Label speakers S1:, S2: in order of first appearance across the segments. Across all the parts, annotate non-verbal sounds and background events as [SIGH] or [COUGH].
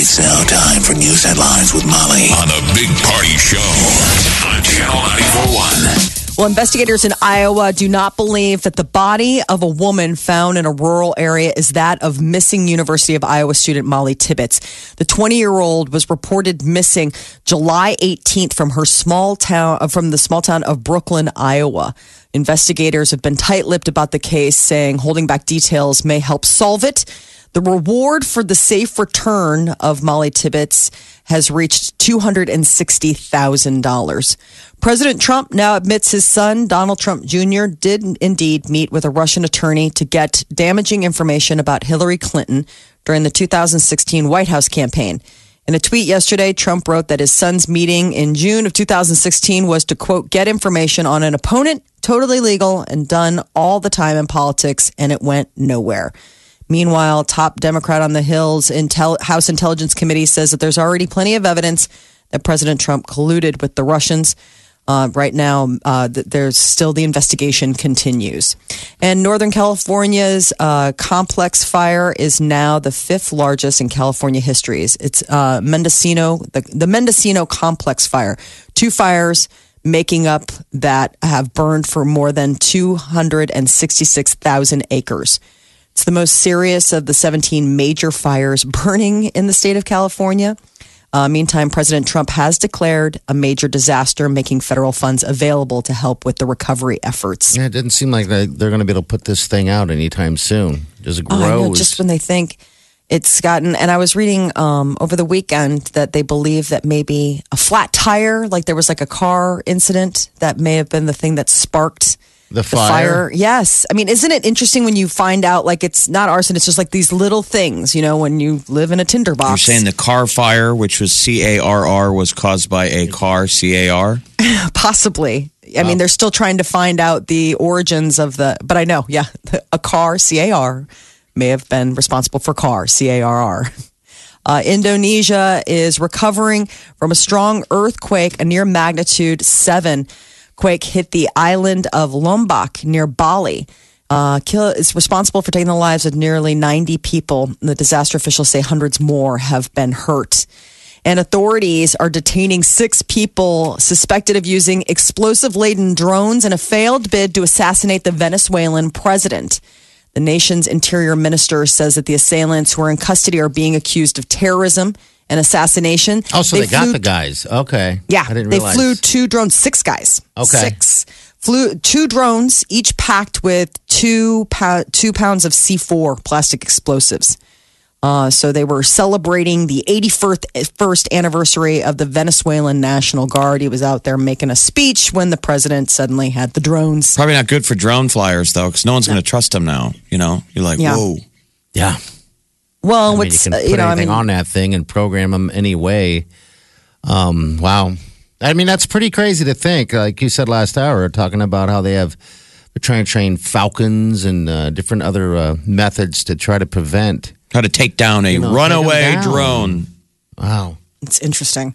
S1: It's now time for news headlines with Molly on the Big Party Show on Channel 941.
S2: Well, investigators in Iowa do not believe that the body of a woman found in a rural area is that of missing University of Iowa student Molly Tibbets. The 20 year old was reported missing July 18th from her small town, uh, from the small town of Brooklyn, Iowa. Investigators have been tight lipped about the case, saying holding back details may help solve it. The reward for the safe return of Molly Tibbetts has reached $260,000. President Trump now admits his son, Donald Trump Jr., did indeed meet with a Russian attorney to get damaging information about Hillary Clinton during the 2016 White House campaign. In a tweet yesterday, Trump wrote that his son's meeting in June of 2016 was to, quote, get information on an opponent, totally legal and done all the time in politics, and it went nowhere. Meanwhile, top Democrat on the Hill's Intel- House Intelligence Committee says that there's already plenty of evidence that President Trump colluded with the Russians. Uh, right now, uh, th- there's still the investigation continues. And Northern California's uh, complex fire is now the fifth largest in California histories. It's uh, Mendocino, the, the Mendocino complex fire. Two fires making up that have burned for more than 266,000 acres. It's the most serious of the 17 major fires burning in the state of California. Uh, meantime, President Trump has declared a major disaster, making federal funds available to help with the recovery efforts.
S3: Yeah, it doesn't seem like they- they're going to be able to put this thing out anytime soon. Just
S2: Oh,
S3: grows.
S2: I know, just when they think it's gotten, and I was reading um, over the weekend that they believe that maybe a flat tire, like there was like a car incident, that may have been the thing that sparked
S3: the fire.
S2: Yes. I mean, isn't it interesting when you find out like it's not arson, it's just like these little things, you know, when you live in a tinderbox.
S4: You're saying the car fire, which was C A R R, was caused by a car, C A R?
S2: [LAUGHS] possibly. I mean, they're still trying to find out the origins of the, but I know, yeah, [LAUGHS] a car, C A R, may have been responsible for car, C A R R. [LAUGHS] Uh, Indonesia is recovering from a strong earthquake, a near magnitude seven quake hit the island of Lombok near Bali. Uh, kill is responsible for taking the lives of nearly 90 people. The disaster officials say hundreds more have been hurt. And authorities are detaining six people suspected of using explosive laden drones in a failed bid to assassinate the Venezuelan president. The nation's interior minister says that the assailants who are in custody are being accused of terrorism and assassination.
S3: Oh, so they, got
S2: flew-
S3: the guys. Okay.
S2: Yeah,
S3: I didn't
S2: they
S3: realize.
S2: flew two drones, six guys.
S3: Okay.
S2: six flew two drones, each packed with two pou- two pounds of C four plastic explosives. Uh, so they were celebrating the 81st first anniversary of the Venezuelan National Guard. He was out there making a speech when the president suddenly had the drones.
S4: Probably not good for drone flyers, though, because no one's going to trust them now. You know, you're like,
S2: Yeah.
S4: whoa.
S3: Yeah.
S2: Well,
S3: I mean, you
S2: what's
S3: can
S2: uh,
S3: put
S2: you know, I
S3: anything
S2: mean,
S3: on that thing and program them any way. Um, wow. I mean, that's pretty crazy to think. Like you said last hour, talking about how they have, they're trying to train falcons and uh, different other uh, methods to try to prevent.
S4: How to take down a
S3: You know, take 'em
S4: runaway
S3: down.
S4: drone.
S3: Wow.
S2: It's interesting.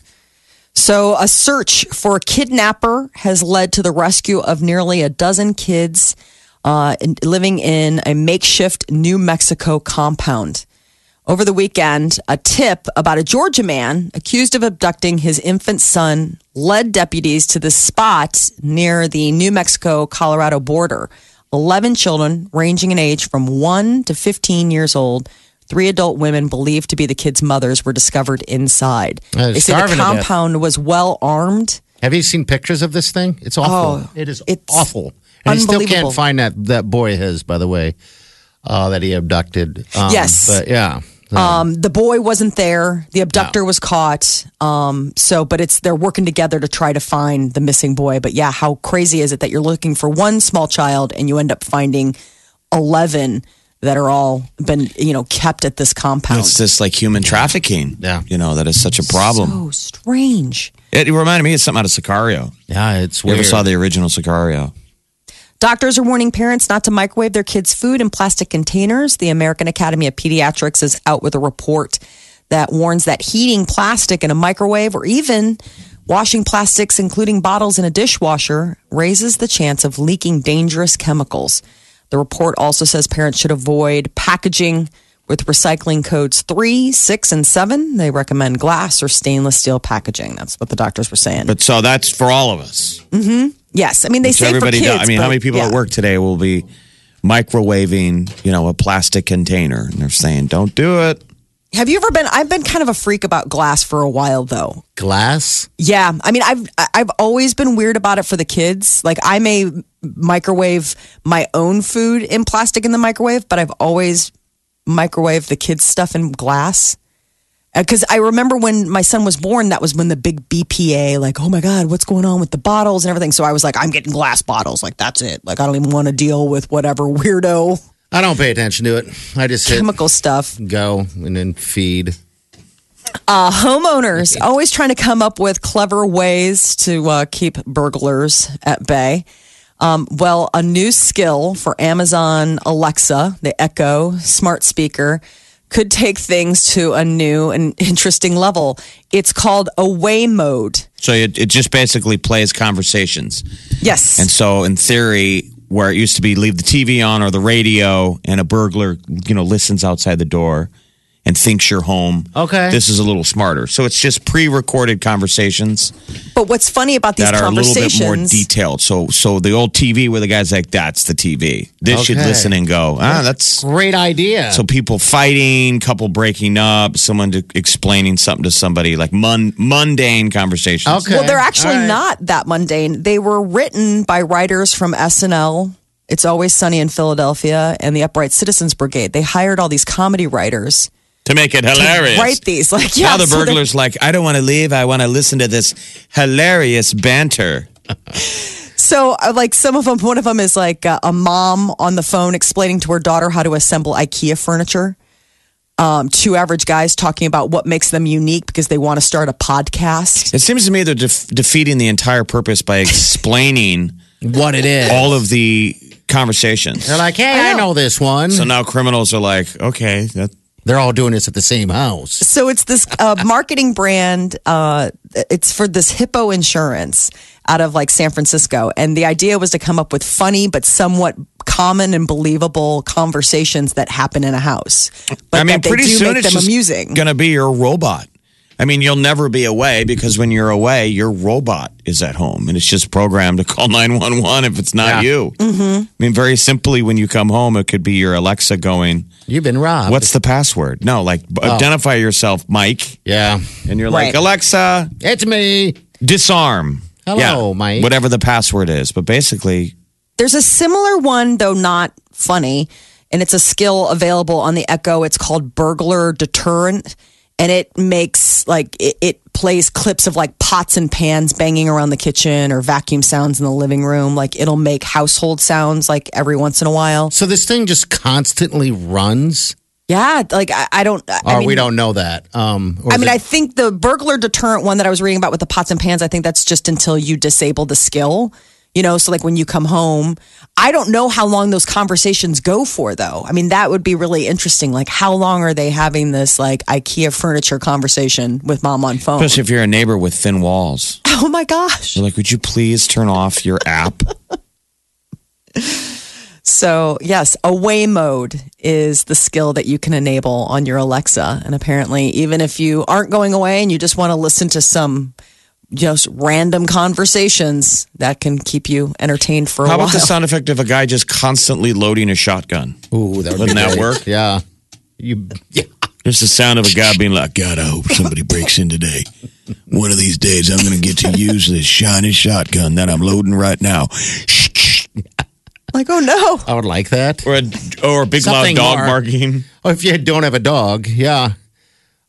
S2: So, a search for a kidnapper has led to the rescue of nearly a dozen kids uh, in- living in a makeshift New Mexico compound. Over the weekend, a tip about a Georgia man accused of abducting his infant son led deputies to the spot near the New Mexico Colorado border. 11 children, ranging in age from 1 to 15 years old, three adult women believed to be the kids' mothers were discovered inside.
S3: Uh,
S2: they say the
S3: starving to death.
S2: compound was well armed.
S3: Have you seen pictures of this thing? It's awful.
S2: Oh,
S3: it is
S2: it's
S3: awful. And he still
S2: unbelievable.
S3: can't find that, that boy of his, by the way, uh, that he abducted. Um,
S2: Yes.
S3: But yeah.
S2: Um, the boy wasn't there. The abductor was caught. Um, so, but it's they're working together to try to find the missing boy. But yeah, how crazy is it that you're looking for one small child and you end up finding eleven that are all been you know kept at this compound.
S4: It's just like human trafficking.
S3: Yeah.
S4: You know, that is such a problem.
S2: So strange.
S4: it reminded me of something out of Sicario.
S3: Yeah, it's
S4: You
S3: weird.
S4: ever saw the original Sicario?
S2: Doctors are warning parents not to microwave their kids' food in plastic containers. The American Academy of Pediatrics is out with a report that warns that heating plastic in a microwave or even washing plastics, including bottles in a dishwasher, raises the chance of leaking dangerous chemicals. The report also says parents should avoid packaging with recycling codes three, six, and seven. They recommend glass or stainless steel packaging. That's what the doctors were saying.
S4: But so that's for all of us.
S2: yes, I mean they
S4: So
S2: say for
S4: everybody
S2: kids.
S4: does. I mean, how
S2: but-
S4: many people
S2: yeah.
S4: at work today will be microwaving, you know, a plastic container and they're saying, don't do it.
S2: Have you ever been? I've been kind of a freak about glass for a while, though.
S3: glass.
S2: Yeah, I mean, I've I've always been weird about it for the kids. Like, I may microwave my own food in plastic in the microwave, but I've always microwaved the kids' stuff in glass. Because I remember when my son was born, that was when the big BPA, like, oh my God, what's going on with the bottles and everything. So I was like, I'm getting glass bottles. Like, that's it. Like, I don't even want to deal with whatever weirdo
S3: I don't pay attention to it. I just hit
S2: chemical stuff.
S3: go and then feed.
S2: homeowners always trying to come up with clever ways to uh, keep burglars at bay. Um, well, a new skill for Amazon Alexa, the Echo smart speaker, could take things to a new and interesting level. It's called away mode.
S4: So it, it just basically plays conversations.
S2: Yes.
S4: And so, in theory, where it used to be leave the TV on or the radio, and a burglar, you know, listens outside the door and thinks you're home.
S3: Okay.
S4: This is a little smarter. So it's just pre-recorded conversations
S2: but what's funny about these
S4: that are a little bit
S2: conversations?
S4: more detailed. So, so the old TV where the guy's like, "That's the TV." This should
S3: Okay.
S4: listen and go. Ah, that's
S3: Great idea.
S4: so people fighting, couple breaking up, someone to, explaining something to somebody, like mun- mundane conversations.
S3: okay.
S2: Well, they're actually
S3: All right.
S2: not that mundane. They were written by writers from SNL, It's Always Sunny in Philadelphia, and the Upright Citizens Brigade. They hired all these comedy writers
S4: to make it
S2: to
S4: hilarious.
S2: write these. Like, yeah,
S4: now the
S2: so they're-
S4: burglar's like, I don't want to leave. I want to listen to this hilarious banter.
S2: So, uh, like, some of them, one of them is like uh, a mom on the phone explaining to her daughter how to assemble IKEA furniture. Um, two average guys talking about what makes them unique because they want to start a podcast.
S4: It seems to me they're def- defeating the entire
S2: [LAUGHS]
S4: purpose by explaining
S3: what it is.
S4: all of the conversations.
S3: they're like, hey, I know, this one.
S2: "Hmm."
S4: So now criminals are like, okay, that,
S3: they're all doing this at the same house.
S2: So it's this
S4: [LAUGHS]
S2: uh, marketing brand. Uh, it's for this Hippo Insurance out of like San Francisco, and the idea was to come up with funny but somewhat common and believable conversations that happen in a house. But
S4: I mean,
S2: that they
S4: pretty
S2: do
S4: soon
S2: make
S4: it's
S2: them
S4: just
S2: amusing.
S4: gonna be your robot. I mean, you'll never be away because when you're away, your robot is at home and it's just programmed to call [LAUGHS] 911 if it's not
S3: Yeah.
S4: you. Mm-hmm. I mean, very simply, when you come home, it could be your Alexa going,
S3: You've been robbed.
S4: What's the password? No, like
S3: Oh.
S4: b identify yourself, Mike.
S3: Yeah.
S4: And you're like,
S2: Right.
S4: Alexa,
S3: It's me.
S4: disarm.
S3: Hello, Mike. Oh.
S4: Whatever the password is. But basically,
S2: There's a similar one, though not funny, and it's a skill available on the Echo. It's called Burglar Deterrent, and it makes like it, it plays clips of like pots and pans banging around the kitchen or vacuum sounds in the living room. Like it'll make household sounds like every once in a while.
S3: So this thing just constantly runs,
S2: Yeah, like I, I don't. I-
S3: or
S2: I mean,
S3: Oh, we don't know that. Um, or
S2: I
S3: is
S2: mean,
S3: it-
S2: I think the burglar deterrent one that I was reading about with the pots and pans, I think that's just until you disable the skill. You know, so like when you come home, I don't know how long those conversations go for, though. I mean, that would be really interesting. Like, how long are they having this like IKEA furniture conversation with mom on phone?
S4: especially if you're a neighbor with thin walls,
S2: [LAUGHS] Oh my gosh!
S4: you're like, Would you please turn off your
S3: [LAUGHS]
S4: app?
S2: So yes, away mode is the skill that you can enable on your Alexa, and apparently, even if you aren't going away and you just want to listen to some just random conversations, that can keep you entertained for a
S4: How
S2: while.
S4: about the sound effect of a guy just constantly loading a shotgun?
S3: Ooh, that would be
S4: Wouldn't that
S3: great.
S4: work?
S3: Yeah. You. Yeah.
S4: There's the sound of a guy being like,
S5: God, I hope somebody breaks in today. One of these days, I'm going to get to use this shiny shotgun that I'm loading right now. Shh, shh.
S2: [LAUGHS] like, oh no,
S3: I would like that.
S4: or a, or a big
S3: Something
S4: loud dog
S3: more.
S4: barking.
S3: Or if you don't have a dog, yeah.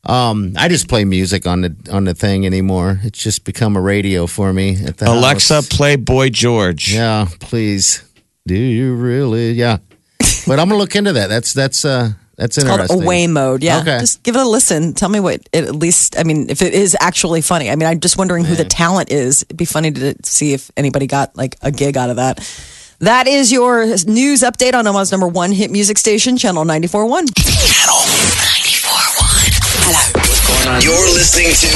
S3: Um, I just play music on the on the thing anymore. It's just become a radio for me. At the
S4: Alexa,
S3: house.
S4: play Boy George.
S3: Yeah, please. Do you really? Yeah. But I'm gonna look into that. That's that's uh that's
S2: It's called
S3: interesting.
S2: away mode. Yeah.
S3: Okay.
S2: Just give it a listen. Tell me what it, at least I mean, if it is actually funny. I mean, I'm just wondering who the talent is. It'd be funny to see if anybody got like a gig out of that. That is your news update on Omaha's number one hit music station, Channel 94.1.
S1: Channel 94.1. Hello. What's going on? You're listening to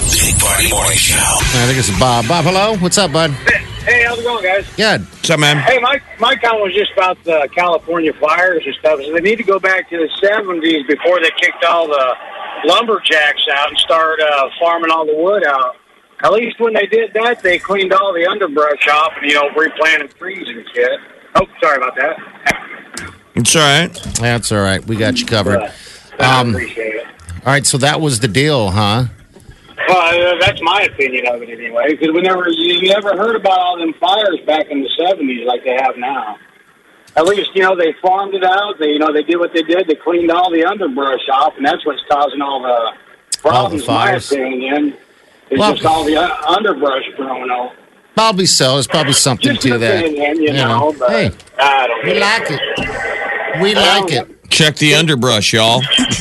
S1: The Big Party Morning Show.
S3: I think it's Bob. Bob, hello. What's up, bud?
S6: Hey, how's it going, guys?
S3: Good.
S4: What's up, man?
S6: Hey, my my comment was just about the California fires and stuff. So they need to go back to the seventies before they kicked all the lumberjacks out and start uh, farming all the wood out. At least when they did that, they cleaned all the underbrush off and you know replanted trees and shit. Oh, sorry about that.
S4: It's all right.
S3: That's all right. We got you covered.
S6: But,
S3: All
S6: Uh, I
S3: Um,
S6: appreciate it.
S3: right, so that was the deal, huh?
S6: Well, uh, that's my opinion of it anyway. Because we never, you never heard about all them fires back in the seventies like they have now. At least you know they farmed it out. They, you know, they did what they did. They cleaned all the underbrush off, and that's what's causing all the problems.
S3: fires.
S6: In my opinion, it's
S3: Well-
S6: just all the uh, underbrush growing up.
S3: Probably so. There's probably something
S6: Just
S3: to
S6: an
S3: that.
S6: opinion, you, know. But
S3: hey,
S6: I don't
S3: we
S6: know.
S3: like it. We like it.
S4: Check the underbrush, y'all.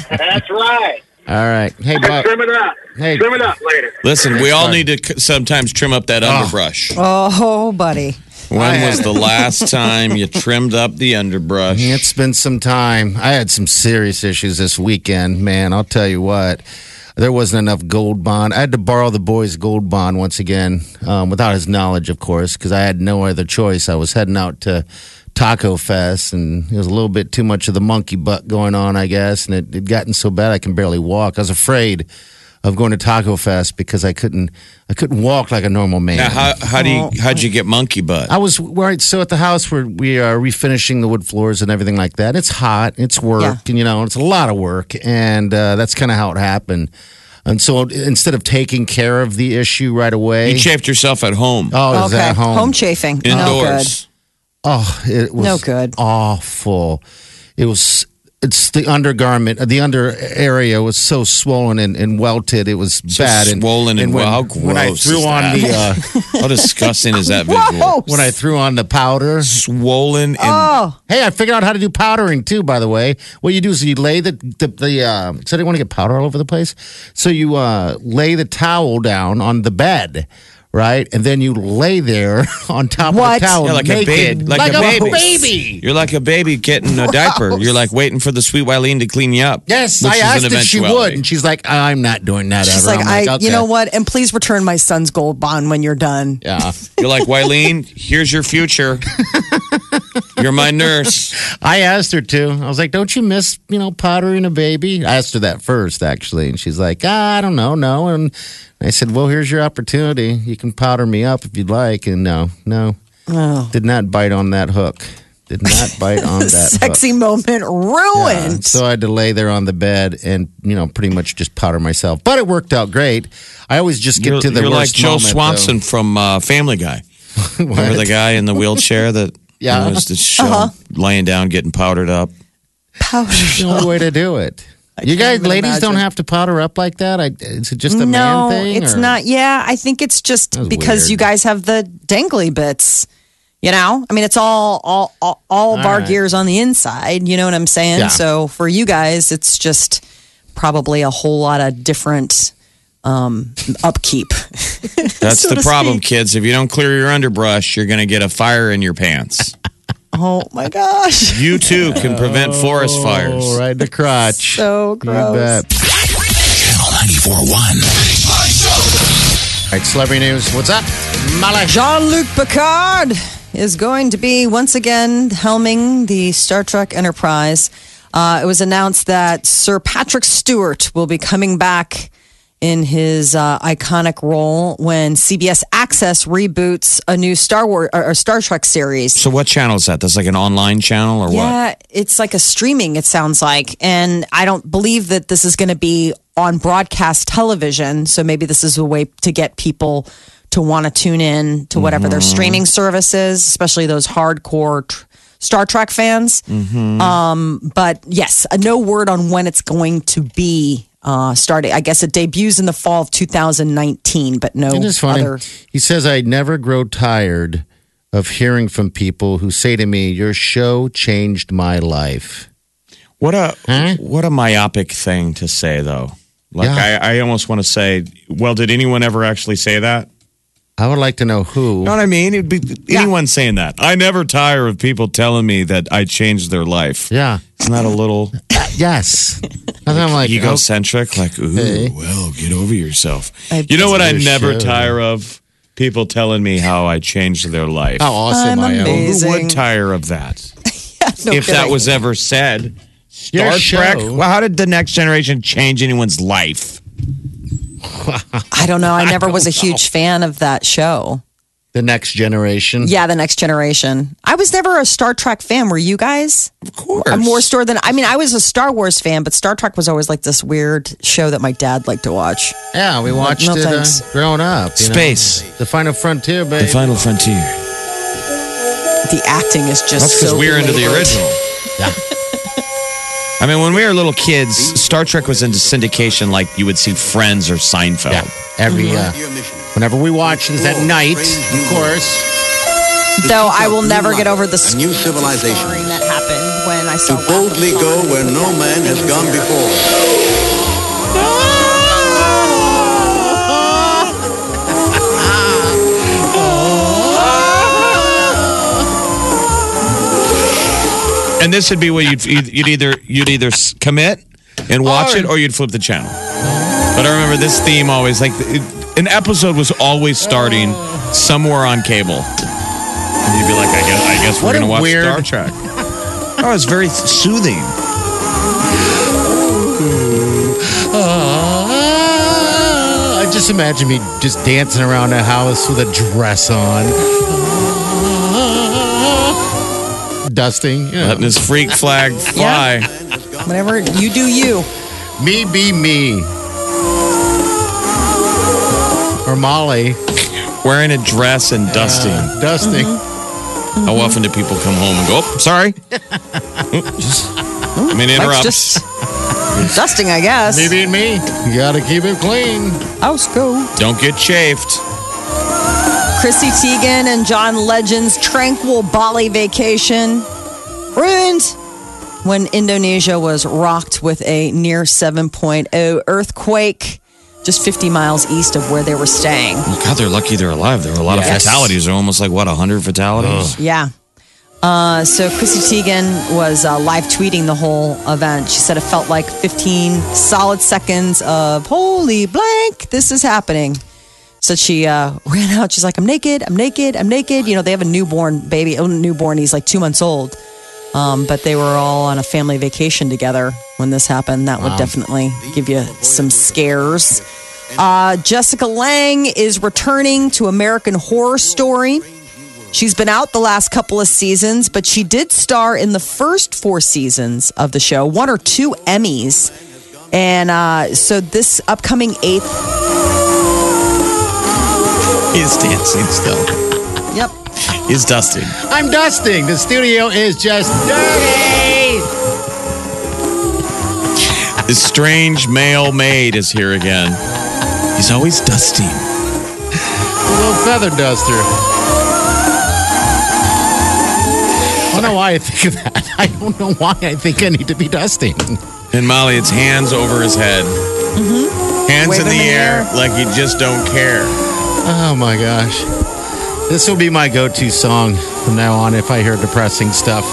S6: That's right.
S3: All right. Hey, Bob.
S6: Trim it up.
S3: Hey.
S6: Trim it up later.
S4: Listen, we all need to c- sometimes trim up that underbrush.
S2: Oh, buddy.
S4: When was the last time you trimmed up the underbrush?
S3: It's been some time. I had some serious issues this weekend, man. I'll tell you what. There wasn't enough gold bond. I had to borrow the boy's gold bond once again, um, without his knowledge, of course, because I had no other choice. I was heading out to Taco Fest, and there was a little bit too much of the monkey butt going on, I guess, and it had gotten so bad I can barely walk. I was afraid of going to Taco Fest because I couldn't, I couldn't walk like a normal man.
S4: Now, how, how do you, how'd you get monkey butt?
S3: I was right. So at the house where we are refinishing the wood floors and everything like that, it's hot, it's work,
S2: Yeah.
S3: and you know, it's a lot of work, and uh, that's kind of how it happened. And so instead of taking care of the issue right away,
S4: You chafed yourself at home,
S3: oh, it was at home.
S2: chafing. No good.
S4: indoors.
S3: Oh, it was
S2: No good.
S3: Awful. It was. It's the undergarment. The under area was so swollen and, and welted. It was bad.
S4: swollen and
S3: when,
S4: wel- how
S3: when I
S4: gross
S3: threw
S4: is
S3: on the uh,
S4: How disgusting
S3: [LAUGHS]
S4: is that visual?
S3: when I threw on the powder,
S4: Swollen and
S2: Oh.
S3: Hey, I figured out how to do powdering too. By the way, what you do is you lay the the, the uh, so I didn't want to get powder all over the place. So you uh, lay the towel down on the bed, right, and then you lay there [LAUGHS] on top
S2: What?
S3: of the towel,
S4: Yeah, like a
S3: naked,
S4: baby, like, a, baby. You're like a baby getting
S3: [LAUGHS]
S4: a diaper. You're like waiting for the sweet Wileen to clean you up.
S3: Yes,
S4: which
S3: I
S4: is an
S3: asked if she would,
S4: eventuality.
S3: and she's like, "I'm not doing that."
S2: She's
S3: ever.
S2: like,
S3: I'm
S2: I,
S3: okay.
S2: you know what? And please return my son's gold bond when you're done. [LAUGHS]
S3: Yeah,
S4: You're like Wileen. Here's your
S3: [LAUGHS]
S4: future. You're my nurse.
S3: I asked her to. I was like, "Don't you miss, you know, powdering a baby?" I asked her that first, actually, and she's like, ah, "I don't know, no." And I said, "Well, here's your opportunity. You can powder me up if you'd like." And no, no,
S2: Oh.
S3: did not bite on that hook. Did
S2: [LAUGHS]
S3: not bite on that
S2: Sexy
S3: hook. Uh,
S2: moment ruined.
S3: So I had to lay there on the bed and you know pretty much just powder myself, but it worked out great. I always just get
S4: You're,
S3: to the
S4: you're like
S3: worst
S4: Joe
S3: moment, though.
S4: Swanson from uh, Family
S3: [LAUGHS]
S4: Guy. Remember the guy in the wheelchair that
S3: Yeah.
S4: was just shown laying down, getting powdered up.
S3: the only way to
S2: [LAUGHS]
S3: do it. you
S2: can't
S3: guys,
S2: even
S3: ladies, don't
S2: imagine.
S3: have to powder up like that. I, is it just a
S2: no,
S3: man thing?
S2: it's
S3: or-
S2: not. Yeah, I think it's just
S3: was
S2: because
S3: weird.
S2: you guys have the dangly bits. You know, I mean, it's all all all, all bar
S3: right.
S2: gears on the inside. You know what I'm saying?
S3: Yeah.
S2: So for you guys, it's just probably a whole lot of different um, upkeep. [LAUGHS]
S4: That's
S2: So
S4: the
S2: to
S4: problem,
S2: speak.
S4: kids. If you don't clear your underbrush, you're going to get a fire in your pants.
S2: Oh my gosh,
S4: You too can prevent forest fires.
S3: Oh, right in the [LAUGHS] crotch.
S2: so
S3: You
S2: gross.
S3: bet.
S1: Channel 94.1. My show.
S3: All right, celebrity news. What's up? Molly.
S2: Jean Luc Picard is going to be once again helming the Star Trek Enterprise. Uh, it was announced that Sir Patrick Stewart will be coming back in his uh, iconic role when CBS Access reboots a new Star Wars or, or Star Trek series.
S4: So what channel is that? That's like an online channel or what?
S2: Yeah, it's like a streaming, it sounds like. And I don't believe that this is going to be on broadcast television. So maybe this is a way to get people to want to tune in to whatever their streaming service is, especially those hardcore tr- Star Trek fans. Um, but yes, uh, no word on when it's going to be. Uh, starting, I guess it debuts in the fall of 2019, but no
S3: It is funny.
S2: other. [LAUGHS]
S3: He says, I never grow tired of hearing from people who say to me, "Your show changed my life."
S4: What a
S3: Huh?
S4: what a myopic thing to say, though. Like
S3: Yeah.
S4: I, I almost want to say, well, did anyone ever actually say that?
S3: I would like to know who.
S4: You know what I mean? It'd be anyone saying that. I never tire of people telling me that I changed their life.
S3: Yeah.
S4: Isn't that a little
S3: Yes. and I'm like, oh,
S4: egocentric? Like, ooh,
S3: Okay.
S4: well, get over yourself.
S2: I-
S4: you know what? I
S3: Your
S4: never
S3: show.
S4: tire of people telling me how I changed their life.
S3: how
S2: I'm
S3: awesome I am.
S2: amazed.
S4: Who
S2: Amazing.
S4: would tire of that?
S2: No
S4: if that
S2: kidding.
S4: was ever said.
S3: Your
S4: Star Trek.
S3: show.
S4: Well, how did the next generation change anyone's life?
S2: I don't know. I never was a huge fan of that show.
S3: The next generation.
S2: Yeah, The Next Generation. I was never a Star Trek fan. Were you guys?
S4: Of course.
S2: I'm more store than I mean. I was a Star Wars fan, but Star Trek was always like this weird show that my dad liked to watch.
S3: Yeah, we watched
S2: no
S3: it uh,
S2: thanks.
S3: growing up. you know.
S4: Space.
S3: The Final Frontier, baby.
S4: The final frontier.
S2: The acting is just
S4: That's because
S2: so
S4: we're into the
S2: belabored.
S4: original.
S3: Yeah.
S4: I mean, when we were little kids, Star Trek was into syndication like you would see Friends or Seinfeld.
S3: yeah. Every, uh, whenever we watch this at night, of course.
S2: Though I will never get over the
S7: A new civilization.
S2: scarring that happened when I
S7: to
S2: saw
S7: boldly go where no man has gone before.
S4: And this would be what you'd you'd either you'd either s- commit and watch it, or you'd flip the channel. But I remember this theme always like it, an episode was always starting somewhere on cable. And you'd be like, I guess, I guess we're
S3: What a
S4: gonna watch
S3: weird-
S4: Star Trek. Oh, it's very soothing.
S3: Uh, I just imagine me just dancing around the house with a dress on. Dusting. you know.
S4: Letting his freak flag fly.
S2: [LAUGHS] whenever you do you.
S3: Me be me. Or Molly.
S4: Wearing a dress and dusting.
S3: Dusting.
S4: How often do people come home and go, oh, [LAUGHS] sorry? I mean,
S2: Mike's
S4: interrupt.
S2: just dusting, I guess.
S3: Me being me. You gotta keep it clean.
S2: House go.
S4: Don't get chafed.
S2: Chrissy Teigen and John Legend's tranquil Bali vacation ruined when Indonesia was rocked with a near 7.0 earthquake just 50 miles east of where they were staying.
S4: Well, God, they're lucky they're alive. There were a lot of
S2: Yes.
S4: fatalities. There were almost like, what, 100 fatalities?
S2: Yeah. Uh, so Chrissy Teigen was uh, live tweeting the whole event. She said it felt like 15 solid seconds of holy blank, this is happening. So she uh, [LAUGHS] ran out. She's like, I'm naked, I'm naked, I'm naked. You know, they have a newborn baby, a newborn. He's like two months old. Um, but they were all on a family vacation together when this happened. That would definitely give you some scares. Uh, Jessica Lang is returning to American Horror Story. She's been out the last couple of seasons, but she did star in the first four seasons of the show, one or two Emmys. And uh, so this upcoming eighth,
S4: He's dancing still.
S2: yep,
S4: He's dusting.
S3: I'm dusting. The studio is just dirty.
S4: This strange male maid is here again. He's always dusting.
S3: A little feather duster. I don't know why I think of that. [LAUGHS] I don't know why I think I need to be dusting.
S4: And Molly, it's hands over his head. Hands
S2: Wave
S4: Mm-hmm. in the,
S2: in the
S4: air, like you just don't care.
S3: Oh my gosh. This will be my go to song from now on if I hear depressing stuff.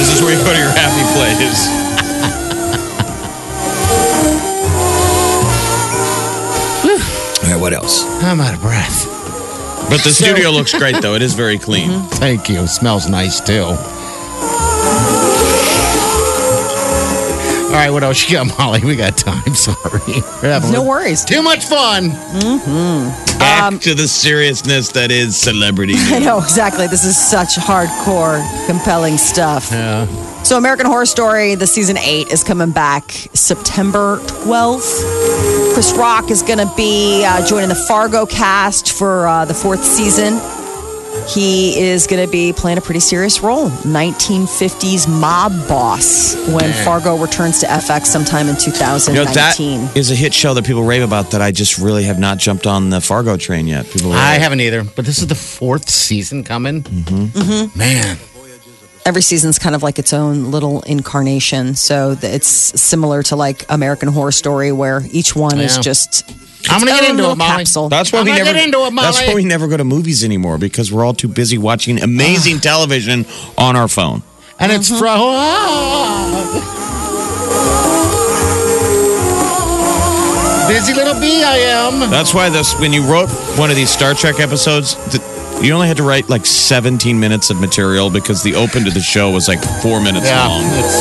S4: This is where you go to your happy place.
S5: All right, what else?
S3: I'm out of breath.
S4: But the studio looks great, though. It is very clean.
S3: Thank you. Smells nice too. All right, what else you got, Molly? We got time. [LAUGHS] Sorry. We're having
S2: no worries.
S3: too much fun.
S4: Back to the seriousness that is celebrity. [LAUGHS]
S2: I know exactly. This is such hardcore, compelling stuff.
S3: Yeah.
S2: So, American Horror Story, the season eight is coming back September 12th. Chris Rock is going to be uh, joining the Fargo cast for uh, the fourth season. He is going to be playing a pretty serious role. 1950s mob boss when Fargo returns to FX sometime in
S4: You
S2: 2019.
S4: know, that is a hit show that people rave about that I just really have not jumped on the Fargo train yet. People
S3: I haven't either, but this is the fourth season coming. Mm-hmm. Man,
S2: Every season's kind of like its own little incarnation. So th- it's similar to like American Horror Story, where each one is
S3: Yeah.
S2: just.
S3: I'm gonna
S2: its
S3: get
S2: own
S3: into
S2: little
S3: it, Molly.
S2: capsule.
S4: That's why
S3: I'm
S4: we
S3: not
S4: never
S3: getting into it, Molly.
S4: That's why we never go to movies anymore because we're all too busy watching amazing television on our phone.
S3: and it's
S2: Mm-hmm.
S3: from. Busy little bee I am.
S4: That's why this when you wrote one of these Star Trek episodes, th- you only had to write like 17 minutes of material because the open to the show was like 4 minutes long.
S3: it's,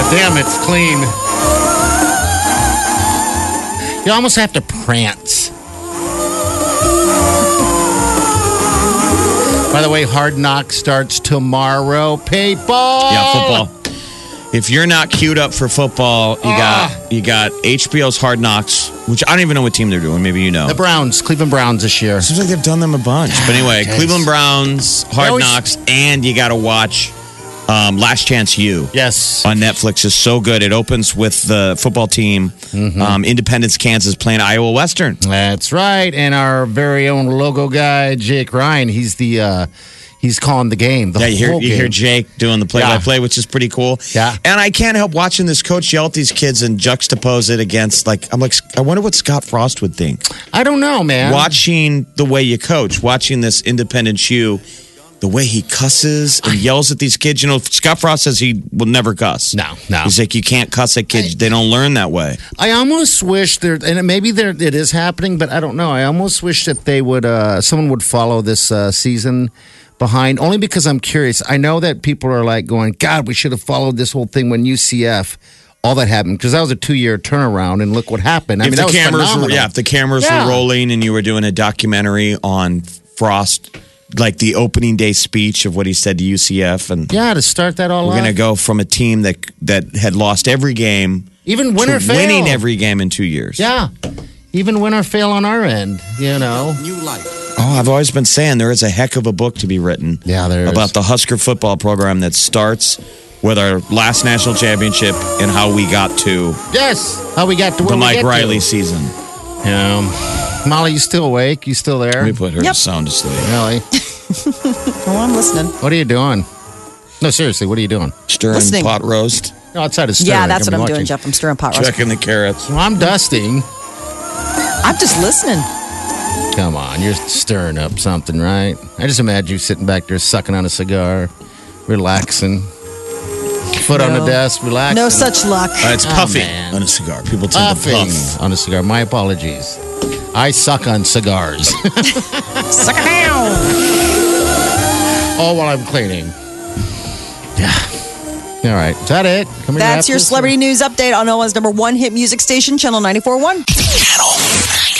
S3: but damn, it's clean. You almost have to prance. By the way, Hard Knock starts tomorrow, people.
S4: Yeah, football. If you're not queued up for football, you got you got HBO's Hard Knocks, which I don't even know what team they're doing. Maybe you know.
S3: The Browns, Cleveland Browns this year.
S4: Seems like they've done them a bunch. But anyway,
S3: Yes.
S4: Cleveland Browns, Hard
S3: always-
S4: Knocks, and you got to watch um, Last Chance U
S3: Yes.
S4: on Netflix is so good. It opens with the football team, um, Independence, Kansas, playing Iowa Western.
S3: That's right. And our very own logo guy, Jake Ryan, he's the uh he's calling the game. The
S4: Yeah, you hear,
S3: whole
S4: you hear
S3: game.
S4: Jake doing the play by play, which is pretty cool.
S3: Yeah.
S4: And I can't help watching this coach yell at these kids and juxtapose it against, like, I'm like, I wonder what Scott Frost would think.
S3: I don't know, man.
S4: watching the way you coach, watching this independent shoe, the way he cusses and yells at these kids. You know, Scott Frost says he will never cuss.
S3: No, no.
S4: He's like, you can't cuss at kids. they don't learn that way.
S3: I almost wish there, and maybe there it is happening, but I don't know. I almost wish that they would, uh, someone would follow this uh, season behind, only because I'm curious. I know that people are like going, God, we should have followed this whole thing when UCF, all that happened, because that was a two year turnaround, and look what happened. I mean, that was
S4: were,
S3: phenomenal.
S4: yeah, if the cameras
S3: Yeah.
S4: were rolling and you were doing a documentary on Frost, like the opening day speech of what he said to UCF, and
S3: Yeah, to start that all
S4: we're
S3: off.
S4: going to go from a team that that had lost every game
S3: Even win
S4: to
S3: or fail.
S4: winning every game in two years.
S3: Yeah. Even win or fail on our end, you know.
S7: New life.
S4: Oh, I've always been saying there is a heck of a book to be written.
S3: Yeah, there is.
S4: about the Husker football program that starts with our last national championship and how we got to
S3: Yes. How we got to
S4: the
S3: where we
S4: Mike
S3: get
S4: Riley
S3: To.
S4: season.
S3: Yeah. Molly, you still awake? You still there?
S4: Let me put her
S2: Yep.
S4: sound to sleep.
S3: Really?
S2: Oh, I'm listening.
S3: What are you doing? No, seriously, what are you doing?
S4: Stirring
S2: Listening.
S4: pot roast,
S3: No, outside of stirring.
S2: yeah, that's what
S3: been
S2: I'm doing,
S3: watching.
S2: Jeff. I'm stirring pot roast.
S4: checking the carrots.
S3: Well, I'm dusting.
S2: I'm just listening.
S3: Come on, you're stirring up something, right? I just imagine you sitting back there sucking on a cigar, relaxing, foot on the
S2: No.
S3: desk, relaxing.
S2: No such luck.
S4: Uh, it's
S3: Oh,
S4: puffing
S3: man.
S4: on a cigar. People tend
S3: puffing
S4: to puff.
S3: on a cigar. My apologies. I suck on cigars.
S2: Suck it down.
S3: All while I'm cleaning. Yeah. All right. Is that it? Can we wrap
S2: That's your
S3: this?
S2: celebrity news update on Omaha's number one hit music station, Channel 94.1.
S1: Channel